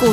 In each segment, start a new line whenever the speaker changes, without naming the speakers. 股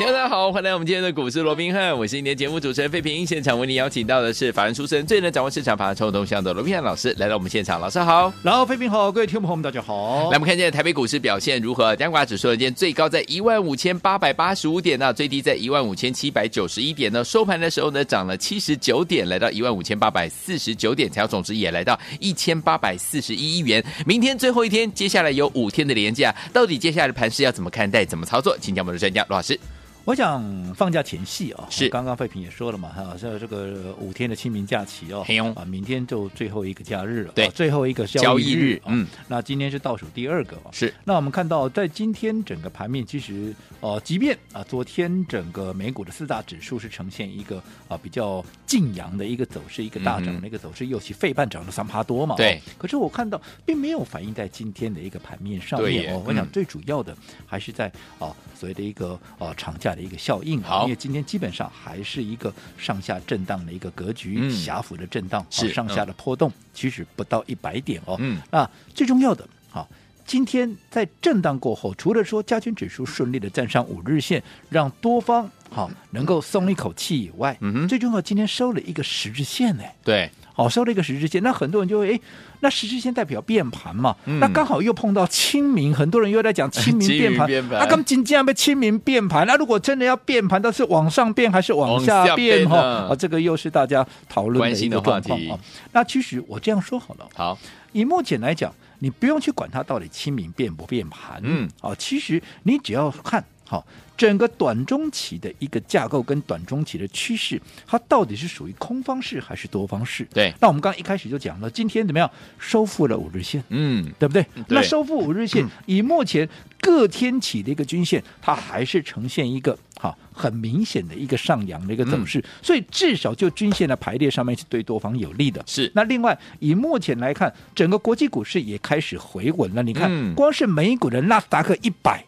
大家好，欢迎来我们今天的股市罗宾汉，我是今天节目主持人费平。现场为您邀请到的是法人出身、最能掌握市场法人冲动向的罗宾汉老师，来到我们现场。老师好，
然后，飞平好，各位听众朋友们，大家好。
来我们看现在台北股市表现如何？加挂指数呢，今天最高在一万五千八百八十五点呢、最低在一万五千七百九十一点呢。收盘的时候呢，涨了七十九点，来到一万五千八百四十九点，成交总值也来到一千八百四十一亿元。明天最后一天，接下来有五天的连假，到底接下来的盘势要怎么看待、怎么操作？请教我们的专家罗老师。
我想放假前夕啊，
是
刚刚费平也说了嘛，哈、像这个五天的清明假期哦
嘿哟，
啊，明天就最后一个假日了，
对
啊最后一个
交
交
易
易
日
日，
嗯
嗯，那今天是倒数第二个哦，
是
那我们看到，在今天整个盘面，其实呃，即便啊、昨天整个美股的四大指数是呈现一个啊、比较晋阳的一个走势，一个大
嗯
涨
哼
的一个走势，尤其费半涨了三趴多嘛。
对
哦可是我看到并没有反映在今天的一个盘面上
对
面
耶
哦。我想
嗯
最主要的还是在啊、所谓的一个啊长假的一个效应、啊，
好
因为今天基本上还是一个上下震荡的一个格局，
嗯
狭幅的震荡，啊
是
上下的波动，其实不到一百点哦。
嗯，
那最重要的，好、今天在震荡过后，除了说加权指数顺利的站上五日线，让多方好、能够松一口气以外，
嗯哼
最重要今天收了一个十日线呢，
对，
好、收了一个十日线，那很多人就会哎，那十日线代表变盘嘛，
嗯
那刚好又碰到清明，很多人又在讲清 明
清明
变盘，啊
变盘
那刚今天被清明变盘，那如果真的要变盘，到底是往上变还是往
往
下
下变
变哈？
啊
啊，这个又是大家讨论
关
的一
心
个
的话
状况
题
啊。那其实我这样说好了。
好，
以目前来讲，你不用去管它到底清明变不变盘，
嗯，
哦，其实你只要看好、整个短中期的一个架构跟短中期的趋势，它到底是属于空方式还是多方式？
对
那我们刚刚一开始就讲了，今天怎么样收复了五日线，
嗯，
对不对？
嗯对
那收复五日线，以目前各天起的一个均线，它还是呈现一个好很明显的一个上扬的一个走
嗯
势，所以至少就均线的排列上面是对多方有利的。
是
那另外，以目前来看，整个国际股市也开始回稳了。你看，
嗯
光是美股的纳斯达克一百。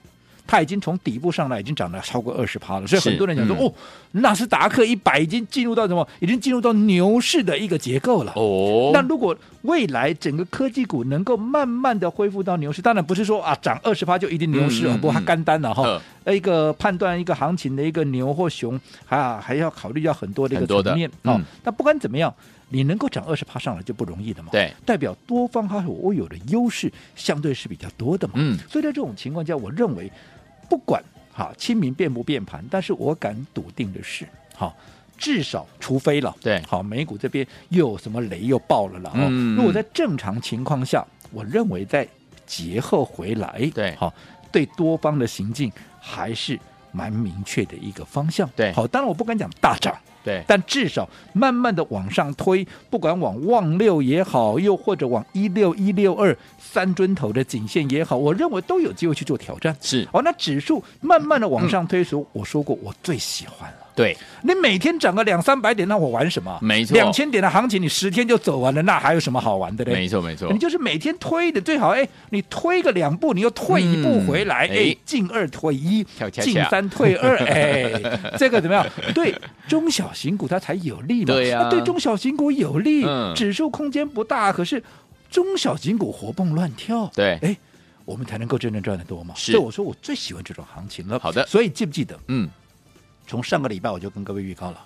它已经从底部上来，已经涨了超过二十趴了，所以
是
很多人讲说，
嗯
哦，纳斯达克一百已经进入到什么？已经进入到牛市的一个结构了。
哦，
那如果未来整个科技股能够慢慢的恢复到牛市，当然不是说啊涨二十趴就一定牛
嗯
市哦，
嗯
不过它
嗯
干单了哈
呃。
呃，一个判断一个行情的一个牛或熊，啊还要考虑到很多的一个
很多的
层面哦
嗯。
那不管怎么样，你能够涨二十趴上来就不容易的嘛。
对，
代表多方它所有的优势相对是比较多的嘛。
嗯
所以在这种情况下，我认为不管哈清明变不变盘，但是我敢笃定的是，好。至少，除非了，
对
好，美股这边又有什么雷又爆了了、哦、
哎嗯
如果在正常情况下，我认为在节后回来，
对
好，对多方的行径还是蛮明确的一个方向。
对
好，当然我不敢讲大涨，
对，
但至少慢慢的往上推，不管往望六也好，又或者往一六一六二三尊头的颈线也好，我认为都有机会去做挑战。
是，
哦，那指数慢慢的往上推的
嗯
时候，我说过我最喜欢了。
对，
你每天涨个两三百点，那我玩什么？
没错
两千点的行情你十天就走完了，那还有什么好玩的嘞？
没错没错
你，就是每天推的最好，哎，你推个两步，你又退一步回来，
嗯哎
哎，进二退一
跳，恰恰
进三退二， 哎，这个怎么样？对中小型股它才有利嘛，啊
对呀
那对中小型股有利，
嗯
指数空间不大，可是中小型股活蹦乱跳，
对
哎。我们才能够真正赚得多嘛？
是
所以我说我最喜欢这种行情了。
好的
所以记不记得
嗯，
从上个礼拜我就跟各位预告了，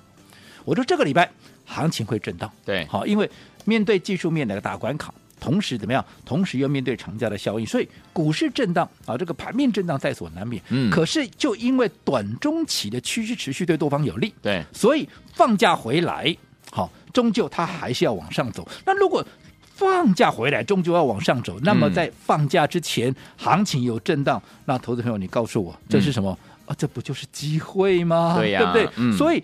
我说这个礼拜行情会震荡，
对
好，因为面对技术面的大关卡。同时怎么样？同时又面对长假的效应，所以股市震荡啊，这个盘面震荡在所难免。
嗯
可是就因为短中期的趋势持续对多方有利，
对，
所以放假回来，好，终究它还是要往上走。那如果放假回来终究要往上
嗯
走，那么在放假之前、行情有震荡，那投资朋友你告诉我这是什么、啊？这不就是机会吗？
嗯对呀
对不对？
嗯
所以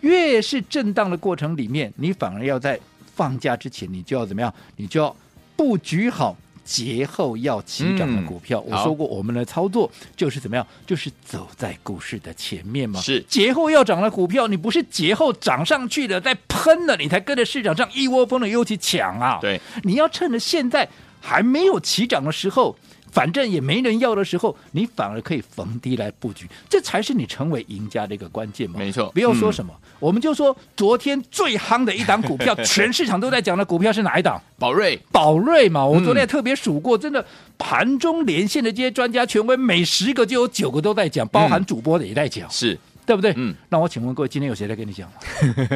越是震荡的过程里面，你反而要在放假之前，你就要怎么样？你就要布局好。节后要起涨的股票，
嗯
我
好
说过，我们的操作就是怎么样，就是走在股市的前面嘛。
是
节后要涨的股票，你不是节后涨上去了，再喷了，你才跟着市场上一窝蜂的又去抢啊。
对，
你要趁着现在还没有起涨的时候。反正也没人要的时候，你反而可以逢低来布局，这才是你成为赢家的一个关键嘛。
没错嗯
不要说什么，我们就说昨天最夯的一档股票，全市场都在讲的股票是哪一档？
宝瑞
宝瑞嘛，
嗯
我昨天也特别数过，真的盘中连线的这些专家权威，每十个就有九个都在讲，包
嗯
含主播的也在讲。
是
对不对？
嗯
那我请问各位，今天有谁在跟你讲吗？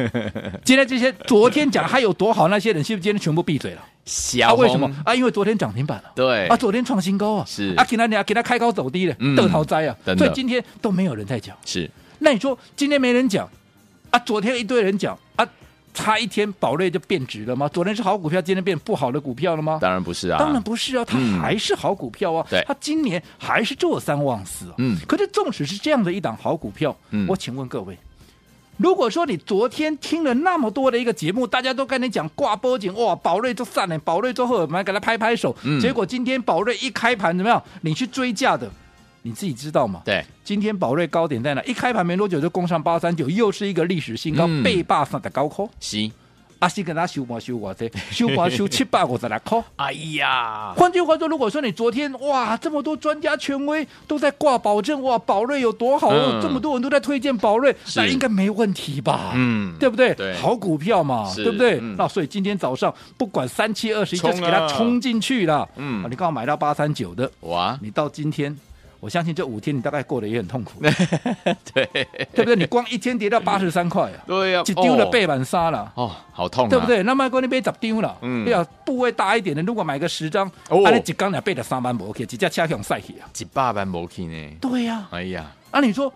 今天这些昨天讲它有多好，那些人是不是今天全部闭嘴了？啊，
小
为什
红
么，啊？因为昨天涨停板了。
对
啊，昨天创新高啊，
哎是
啊，给他给他开高走低了
嗯，
得逃灾啊
真，的
所以今天都没有人在讲。
是
那你说今天没人讲啊，昨天一堆人讲啊，差一天宝瑞就变值了吗？昨天是好股票，今天变不好的股票了吗？
当然不是啊，
当然不是啊，它
嗯
还是好股票啊，
对
它今年还是坐三望四啊。
嗯
可是纵使是这样的一档好股票，
嗯
我请问各位。如果说你昨天听了那么多的一个节目，大家都跟你讲挂波景，哇，宝瑞就散了，宝瑞做后，我们给他拍拍手。
嗯
结果今天宝瑞一开盘怎么样？你去追价的，你自己知道吗？
对，
今天宝瑞高点在哪？一开盘没多久就攻上八三九，又是一个历史新高，
嗯
被霸上的高空。
行，
阿信跟他修盘修我这，修盘修七百五十来块。
哎呀，
换句话说，如果说你昨天哇，这么多专家权威都在挂保证，哇，宝瑞有多好，
嗯
这么多人都在推荐宝瑞，
是
那应该没问题吧？
嗯，
对不对？
对
好股票嘛，
是
对不对？
嗯
那所以今天早上不管三七二十一，
冲
就
啊
是给它冲进去了。
嗯
啊你刚好买到八三九的，
哇，
你到今天，我相信这五天你大概过得也很痛苦，
对
对不对？你光一天跌到八十三块啊，
对呀，
就丢 了
哦
背板杀了。
哦，好痛，
对不？对？那么讲你买十张啦，
嗯
你要部位大一点的，如果买个十张，
哦
啊，你一缸两背的三万不 OK，一架车向晒去啊。
一百万无去呢，
对呀、
哎呀，
啊，你说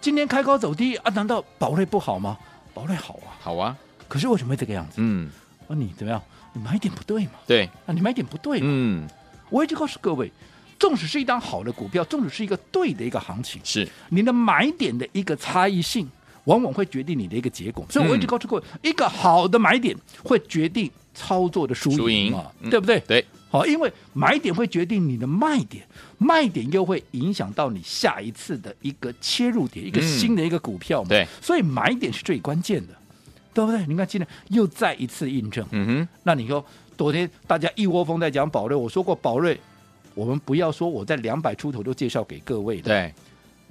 今天开高走低啊，难道宝瑞不好吗？宝瑞好啊，
好啊，
可是为什么会这个样子？
嗯，
啊，你怎么样？你买点不对嘛？
对，
啊，你买点不对嘛？
嗯，
我一直告诉各位，纵使是一档好的股票，纵使是一个对的一个行情，
是
你的买点的一个差异性，往往会决定你的一个结果。所以
嗯
我一直告诉各位，一个好的买点会决定操作的输
输
赢
赢
嘛，
嗯
对不对？
对，
好，因为买点会决定你的卖点，卖点又会影响到你下一次的一个切入点，一
嗯
个新的一个股票嘛。
对，
所以买点是最关键的，对不对？你看今天又再一次印证。
嗯
那你说昨天大家一窝蜂在讲宝瑞，我说过宝瑞，我们不要说我在两百出头就介绍给各位
哼，
的，
对，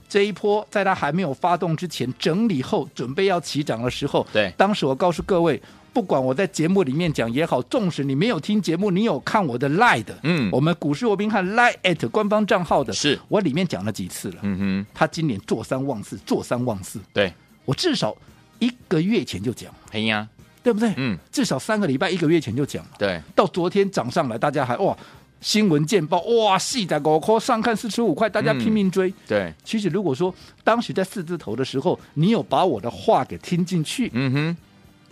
这一波在它还没有发动之前，整理后准备要起涨的时候，
对
当时我告诉各位，不管我在节目里面讲也好，纵使你没有听节目，你有看我的 Lie 的，
嗯
我们股市罗宾汉 Lie at 官方账号的，
是
我里面讲了几次了，
嗯
他今年坐三望四，坐三望四，
哼，对，
我至少一个月前就讲，
哎呀，
对不对？
嗯，
至少三个礼拜、一个月前就讲了，
对，
到昨天涨上来，大家还哇。新闻见报，哇，细在五块，上看四十五块，大家
嗯
拼命追。
对，
其实如果说当时在四字头的时候，你有把我的话给听进去，
嗯哼，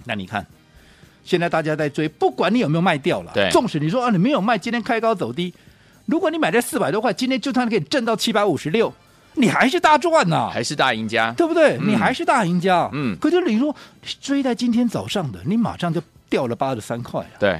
那你看。现在大家在追，不管你有没有卖掉了
对，
纵使你说啊你没有卖，今天开高走低，如果你买在四百多块，今天就算给你挣到七百五十六，你还是大赚呐、
啊还是大赢家，
对不对？
嗯
你还是大赢家。
嗯
可是你说追在今天早上的，你马上就掉了八十三块啊，
对，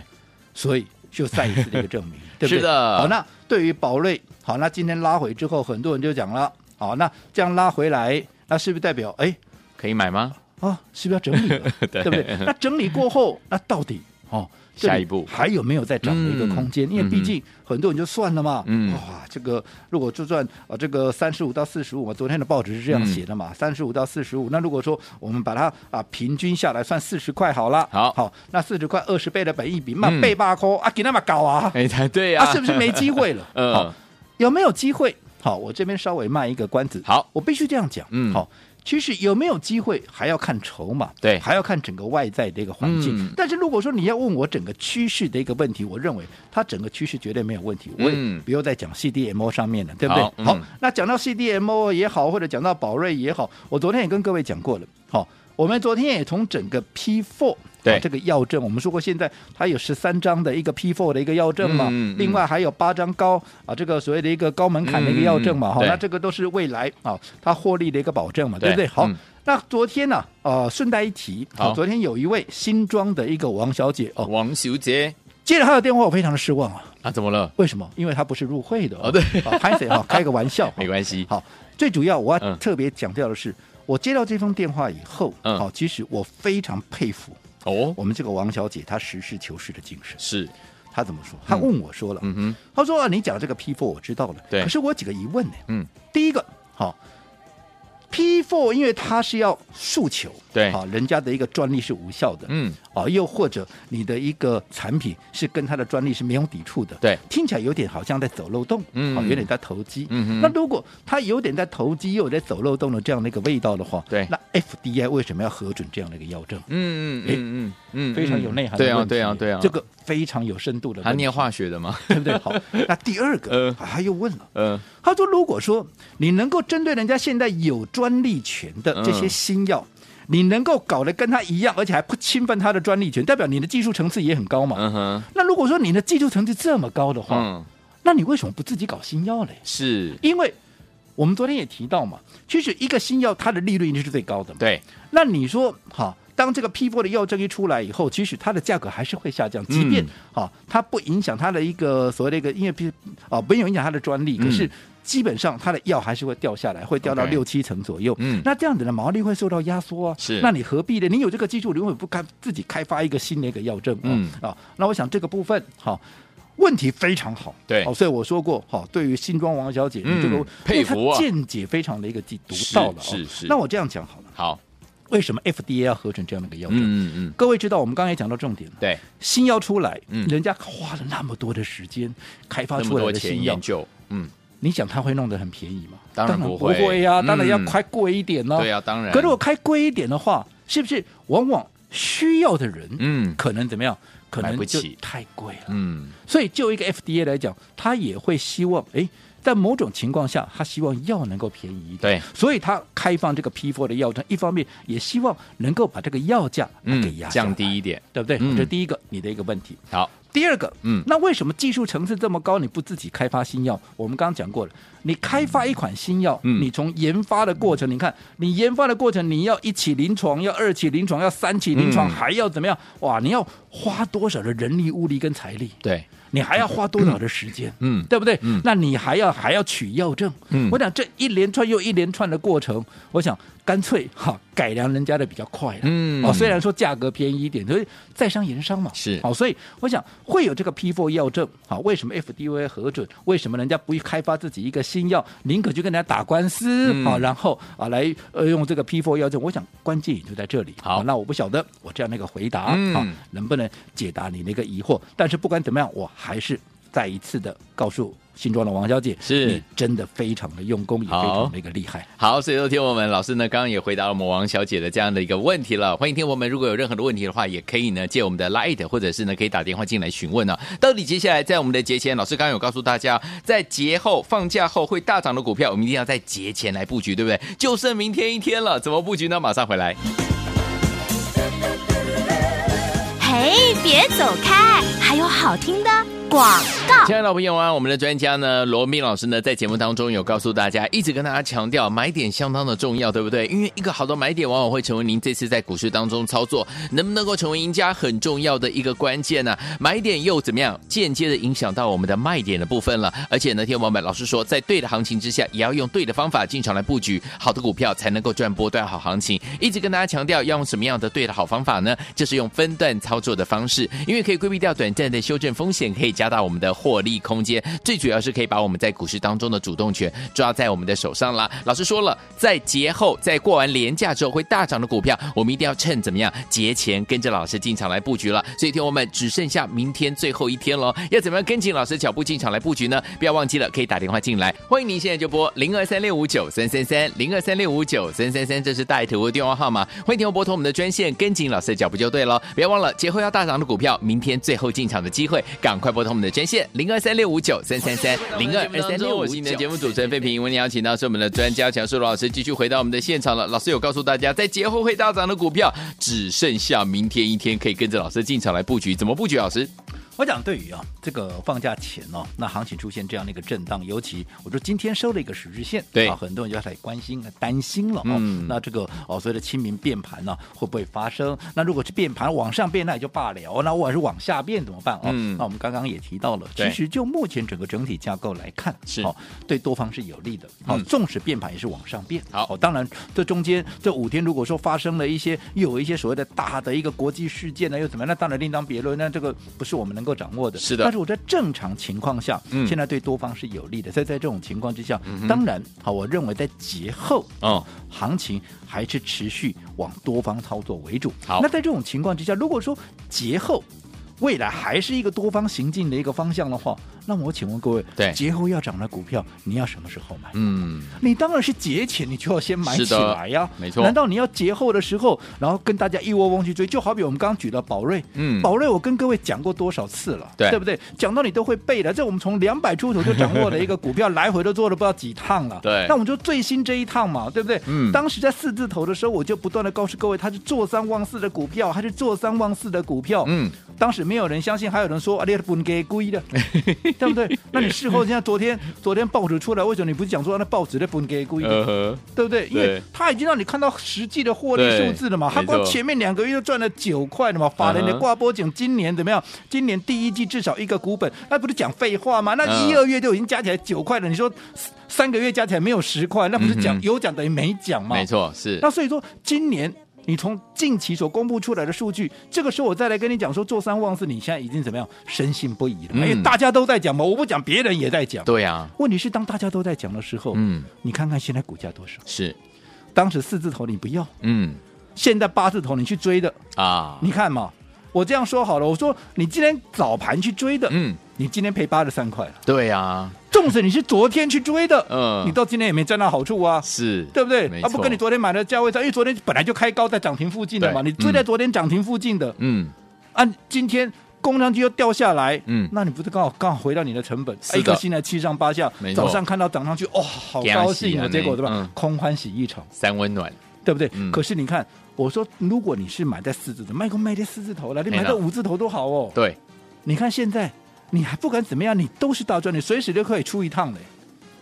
所以就再一次的一个证 明，对不对？
是的
好，那对于宝瑞，好，那今天拉回之后，很多人就讲了，好，那这样拉回来，那是不是代表哎
可以买吗？
啊，是不是要整理了，
对
对不对？那整理过后，那到底哦，这里
下一步
还有没有再涨的一个空间？
嗯
因为
嗯
毕
哼
竟很多人就算了嘛，
嗯
哇，这个如果就算啊，这个三十五到四十五嘛，昨天的报纸是这样写的
嗯
嘛，三十五到四十五。那如果说我们把它啊平均下来算四十块好了，
好
好，那四十块二十倍的本益比，
嗯
那倍八扣啊，给那么搞啊，
哎，才对呀，？
啊，是不是没机会了
嗯
好，有没有机会？好，我这边稍微卖一个关子。
好
我必须这样讲。
嗯
好，其实有没有机会还要看筹码，
对
还要看整个外在的一个环境。
嗯
但是如果说你要问我整个趋势的一个问题，我认为它整个趋势绝对没有问题。我
嗯
也不用再讲 CDMO 上面了，对不对？
好嗯
那讲到 CDMO 也好，或者讲到宝瑞也好，我昨天也跟各位讲过了。好。我们昨天也从整个 P4
对
啊这个药证，我们说过，现在它有十三张的一个 P4 的一个药证嘛，
嗯嗯
另外还有八张高啊，这个所谓的一个高门槛的一个药证嘛，
嗯
好、
对
那这个都是未来啊它获利的一个保证嘛，对不
对
对？好，
嗯
那昨天呢、呃，顺带一提，
好
昨天有一位新庄的一个王小姐哦，
王小姐
接了她的电话，我非常的失望啊，
啊，怎么了？
为什么？因为她不是入会的
哦对
啊，拍谁 哈，开个玩笑，哦
没关系，
好，最主要我要
嗯
特别强调的是，我接到这封电话以后，
嗯
好、其实我非常佩服
哦，
我们这个王小姐她实事求是的精神。
是，
他他怎么说？他问我说了，
嗯哼，
他说、啊、你讲这个 P four 我知道了，
对
可是我有几个疑问呢。
嗯，
第一个，好、p four 因为它是要诉求，
对
好、人家的一个专利是无效的，
嗯，
哦，又或者你的一个产品是跟它的专利是没有抵触的，
对
听起来有点好像在走漏洞，
嗯
好、有点在投机，
嗯哼
那如果它有点在投机又有在走漏洞的这样的一个味道的话，
对
那 FDA 为什么要核准这样的一个药证？
嗯嗯嗯嗯嗯，
非常有内涵的
对啊
问题
对啊对啊，
这个非常有深度的问题，
他念化学的吗？
对不对？ 好，那第二个，
呃
啊他又问了。
嗯，
他说：“如果说你能够针对人家现在有专利权的这些
嗯
新药，你能够搞得跟他一样，而且还不侵犯他的专利权，代表你的技术层次也很高嘛。
嗯哼，
那如果说你的技术层次这么高的话，
嗯，
那你为什么不自己搞新药嘞？
是，
因为我们昨天也提到嘛，其实一个新药它的利润一定是最高的嘛。
对，
那你说，好，当这个 P 4的药证一出来以后，其实它的价格还是会下降，即便
嗯
好、它不影响它的一个所谓的一个，因为 P 啊没有影响它的专利，
嗯
可是基本上它的药还是会掉下来，会掉到
OK
六七成左右。
嗯
那这样子的毛利会受到压缩啊。
是
那你何必呢？你有这个技术，你为什么不开自己开发一个新的一个药证啊？
嗯
啊，那我想这个部分好。问题非常好，
对
哦，所以我说过，好、对于新庄王小姐，
嗯
你这个
佩服啊
因为她见解非常的一个独到了、哦，
是是是
那我这样讲好了。
好，
为什么 FDA 要核准这样的一个药证？
嗯嗯嗯，
各位知道，我们刚才也讲到重点了。
对，
新药出来，
嗯
人家花了那么多的时间开发
那
出
么
来
多
的
钱
新药
研，究，嗯，
你想它会弄得很便宜吗？
当然
不
不会
呀、啊，
嗯
当然要开贵一点呢、
对啊，当然，
可是我开贵一点的话，是不是往往需要的人，
嗯
可能怎么样？可
买
能
不
就
起
太贵了。
嗯，
所以就一个 FDA 来讲，他也会希望，诶，在某种情况下，他希望药能够便宜一点，
对，
所以他开放这个 P4 的药证，一方面也希望能够把这个药价啊
嗯
给压下来
降低一点
对不对？
嗯
这第一个你的一个问题。
好，
第二个，
嗯
那为什么技术层次这么高，你不自己开发新药？我们刚刚讲过了，你开发一款新药，
嗯
你从研发的过程，你看你研发的过程，你要一期临床，要二期临床，要三期临床，
嗯
还要怎么样？哇，你要花多少的人力、物力跟财力？
对，
你还要花多少的时间？
嗯
对不对？
嗯
那你还要还要取药证？
嗯
我想这一连串又一连串的过程，我想干脆哈改良人家的比较快了。
嗯
哦，虽然说价格便宜一点，所以在商言商嘛。
是
哦，所以我想会有这个 P4 药证。好，为什么 FDA 核准？为什么人家不开发自己一个新药，宁可去跟人家打官司？
嗯
好、然后啊来呃用这个 P4 药证，我想关键也就在这里。哦
好
那我不晓得我这样的一个回答啊、
嗯
好能不能解答你那个疑惑？但是不管怎么样，我还是再一次的告诉新庄的王小姐，
是
你真的非常的用功，也非
好
常的一个厉害。
好，所以说听我们老师呢，刚刚也回答了我们王小姐的这样的一个问题了。欢迎听我们，如果有任何的问题的话，也可以呢借我们的 Light，或者是呢可以打电话进来询问啊。到底接下来在我们的节前，老师刚刚有告诉大家，在节后放假后会大涨的股票，我们一定要在节前来布局，对不对？就剩明天一天了，怎么布局呢？马上回来。
嘿，别走开，还有好听的广告。
亲爱的老朋友啊，我们的专家呢，罗密老师呢，在节目当中有告诉大家，一直跟大家强调，买点相当的重要，对不对？因为一个好的买点，往往会成为您这次在股市当中操作能不能够成为赢家很重要的一个关键呢、买点又怎么样，间接的影响到我们的卖点的部分了。而且呢，天王们老师说，在对的行情之下，也要用对的方法进场来布局好的股票，才能够赚波段好行情。一直跟大家强调，要用什么样的对的好方法呢？就是用分段操作的方式，因为可以规避掉短暂的修正风险，可以加大我们的获利空间。最主要是可以把我们在股市当中的主动权抓在我们的手上啦。老师说了，在节后，在过完年假之后会大涨的股票，我们一定要趁怎么样节前跟着老师进场来布局了。所以，听我们只剩下明天最后一天喽，要怎么样跟紧老师脚步进场来布局呢？不要忘记了，可以打电话进来，欢迎您现在就拨零二三六五九三三三零二三六五九三三三，这是大爱图的电话号码，欢迎听我拨通我们的专线，跟紧老师的脚步就对了。不要忘了，节后要大涨的股票，明天最后进场的机会，赶快拨通我们的专线零二三六五九三三三零二二三六五。我是你的节目主持人费平，为您邀请到是我们的专家强叔罗老师，继续回到我们的现场了。老师有告诉大家，在节后会大涨的股票，只剩下明天一天可以跟着老师进场来布局，怎么布局？老师，
我讲对于啊，这个放假前哦，那行情出现这样的一个震荡，尤其我说今天收了一个十日线，
对
啊，很多人就开始关心、担心了哦。
嗯
那这个哦，所谓的清明变盘呢、会不会发生？那如果是变盘往上变，那也就罢了；哦那或者是往下变怎么办哦？
嗯
那我们刚刚也提到了，
对
其实就目前整个整体架构来看，
是
哦，对多方是有利的。好、
嗯
纵使变盘也是往上变。
好
哦当然这中间这五天如果说发生啊了一些又有一些所谓的大的一个国际事件呢，又怎么样？那当然另当别论。那这个不是我们能够。够掌握的。
是的
但是我在正常情况下，
嗯
现在对多方是有利的。所以在这种情况之下，
嗯哼
当然，好，我认为在节后
哦，
行情还是持续往多方操作为主。
好
那在这种情况之下，如果说节后未来还是一个多方行进的一个方向的话，那么我请问各位，
对
节后要涨的股票，你要什么时候买？
嗯，
你当然是节前，你就要先买
是
起
的
来呀、
没错
难道你要节后的时候，然后跟大家一窝蜂去追？就好比我们刚刚举了宝瑞，
嗯
宝瑞我跟各位讲过多少次了，
对
不对？讲到你都会背了。这我们从两百出头就掌握了一个股票，来回都做了不知道几趟了。
对
那我们就最新这一趟嘛，对不对？
嗯
当时在四字头的时候，我就不断的告诉各位，它是做三望四的股票，它是做三望四的股票。
嗯，
当时没有人相信，还有人说啊，你不给故意的，对不对？那你事后现在昨天昨天报纸出来，为什么你不是讲说那报纸的不给故意的？
呃呵，
对不对？因为他已经让你看到实际的获利
对
数字了嘛，
没
他光
错
前面两个月就赚了九块了嘛。法人
嗯
的
哼
挂波奖今年怎么样？今年第一季至少一个股本，那不是讲废话吗？那
嗯
一二月就已经加起来九块了，你说三三个月加起来没有十块，那不是
嗯
讲
哼
有奖等于没奖吗？
没错，是
那所以说，今年你从近期所公布出来的数据，这个时候我再来跟你讲说，做三望四，你现在已经怎么样深信不疑了嘛？
嗯
因为大家都在讲嘛，我不讲，别人也在讲。
对啊，
问题是，当大家都在讲的时候，
嗯，
你看看现在股价多少？
是，
当时四字头你不要，
嗯
现在八字头你去追的，
啊，
你看嘛。我这样说好了，我说你今天早盘去追的，
嗯，
你今天赔八十三块了。
对啊，
纵使你是昨天去追的，
嗯
你到今天也没占到好处啊。
是，
对不对
没？
啊，不
错
跟你昨天买的价位差，因为昨天本来就开高在涨停附近的嘛，
对
你追在昨天涨停附近的，
嗯，
按、今天攻上去又掉下来，
嗯
那你不是刚好刚好回到你的成本？哎
是的
一颗心来七上八下
没，错
早上看到涨上去，哇、好高兴
惊喜
啊！
啊
结果对吧？
嗯
空欢喜一场，
三温暖，
对不对？
嗯
可是你看，我说如果你是买在四字头，卖个卖在四字头了，你
哎
买
呀
到五字头多好哦。
对，
你看现在你还不管怎么样，你都是大赚，你随时都可以出一趟嘞。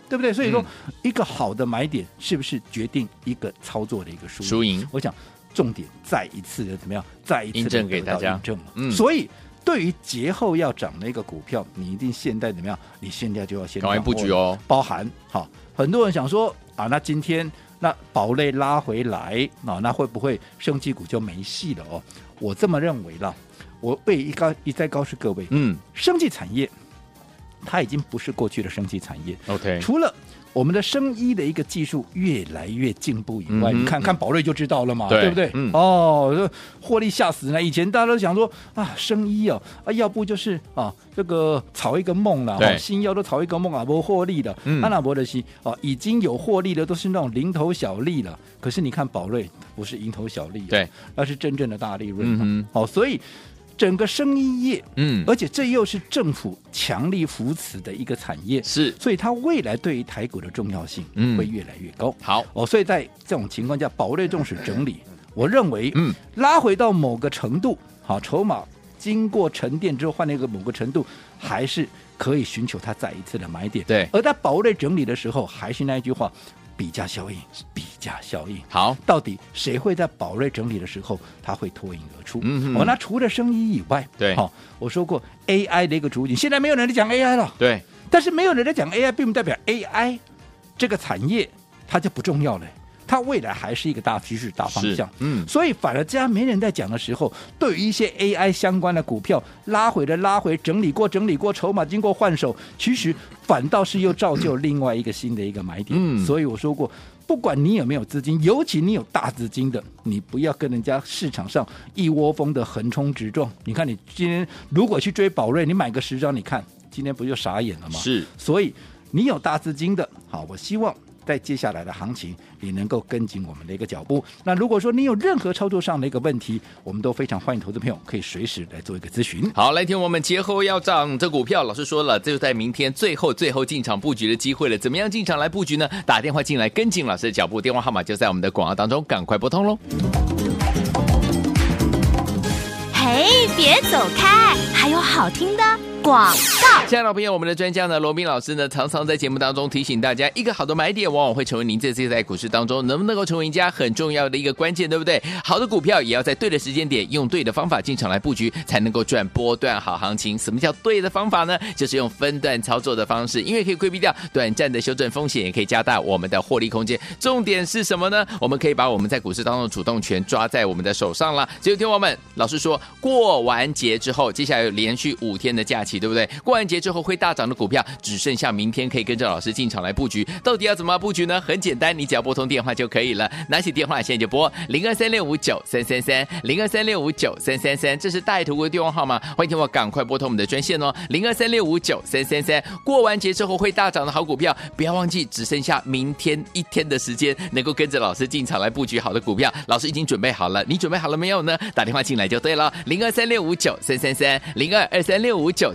对不对？所以说，
嗯
一个好的买点是不是决定一个操作的一个输赢？
输赢
我想重点再一次的怎么样，再一次地
印证给
得到
大家
印证了。
嗯
所以对于节后要涨那个股票，你一定现在怎么样？你现在就要先
赶快
掌握
布局哦，
包含好，很多人想说啊，那今天那宝类拉回来啊，那会不会升级股就没戏了哦？我这么认为啦，我被一告一再告诉各位，
嗯
生技产业它已经不是过去的生技产业，
，OK，
除了我们的生医的一个技术越来越进步以外，
嗯哼
你看看宝瑞就知道了嘛，
对
不对？
嗯
哦，这获利吓死人！啊以前大家都想说啊，生医哦，啊，要不就是啊，这个炒一个梦了，
对
哦新药都炒一个梦啊，不获利的。
嗯
阿纳伯的西哦，已经有获利的都是那种零头小利了。可是你看宝瑞不是蝇头小利、啊
对，
那是真正的大利润、啊。
嗯
哦，所以整个生医业，
嗯，
而且这又是政府强力扶持的一个产业，
是，
所以它未来对于台股的重要性
嗯
会越来越高。
好，
哦，所以在这种情况下，宝瑞重视整理，我认为，
嗯，
拉回到某个程度，好，筹码经过沉淀之后，换了一个某个程度，还是可以寻求它再一次的买点。
对
而在宝瑞整理的时候，还是那一句话，比价效应，比价效应。
好，
到底谁会在宝瑞整理的时候，它会脱颖而出？
嗯哼
哦，那除了生意以外，
对
好、我说过 AI 的一个主景，现在没有人在讲 AI 了，
对，
但是没有人在讲 AI，并不代表 AI 这个产业它就不重要了，它未来还是一个大趋势、大方
是
向，。
嗯，
所以反而这样没人在讲的时候，对于一些 AI 相关的股票拉回的拉回，整理过整理过，筹码经过换手，其实反倒是又造就另外一个新的一个买点。
嗯
所以我说过。不管你有没有资金，尤其你有大资金的，你不要跟人家市场上一窝蜂的横冲直撞。你看，你今天如果去追宝瑞，你买个十张，你看今天不就傻眼了吗？
是，
所以你有大资金的，好，我希望在接下来的行情，你能够跟紧我们的一个脚步。那如果说你有任何操作上的一个问题，我们都非常欢迎投资朋友可以随时来做一个咨询。
好，来听我们节后要涨这股票，老师说了，这就在明天最后最后进场布局的机会了。怎么样进场来布局呢？打电话进来跟紧老师的脚步，电话号码就在我们的广告当中，赶快拨通喽。
嘿，别走开，还有好听的。广。
亲爱的朋友我们的专家呢，罗斌老师呢，常常在节目当中提醒大家，一个好的买点往往会成为您这次在股市当中能不能够成为赢家很重要的一个关键，对不对？好的股票也要在对的时间点，用对的方法进场来布局，才能够赚波段好行情。什么叫对的方法呢？就是用分段操作的方式，因为可以规避掉短暂的修正风险，也可以加大我们的获利空间。重点是什么呢？我们可以把我们在股市当中的主动权抓在我们的手上啦。所以，听我们，老师说过完节之后，接下来有连续五天的假期，对不对？过完节之后会大涨的股票，只剩下明天可以跟着老师进场来布局。到底要怎么布局呢？很简单，你只要拨通电话就可以了。拿起电话现在就拨零二三六五九三三三零二三六五九三三三，这是带图的电话号码。欢迎听我赶快拨通我们的专线哦，零二三六五九三三三。过完节之后会大涨的好股票，不要忘记，只剩下明天一天的时间，能够跟着老师进场来布局好的股票。老师已经准备好了，你准备好了没有呢？打电话进来就对了，零二三六五九三三三零二二三六五九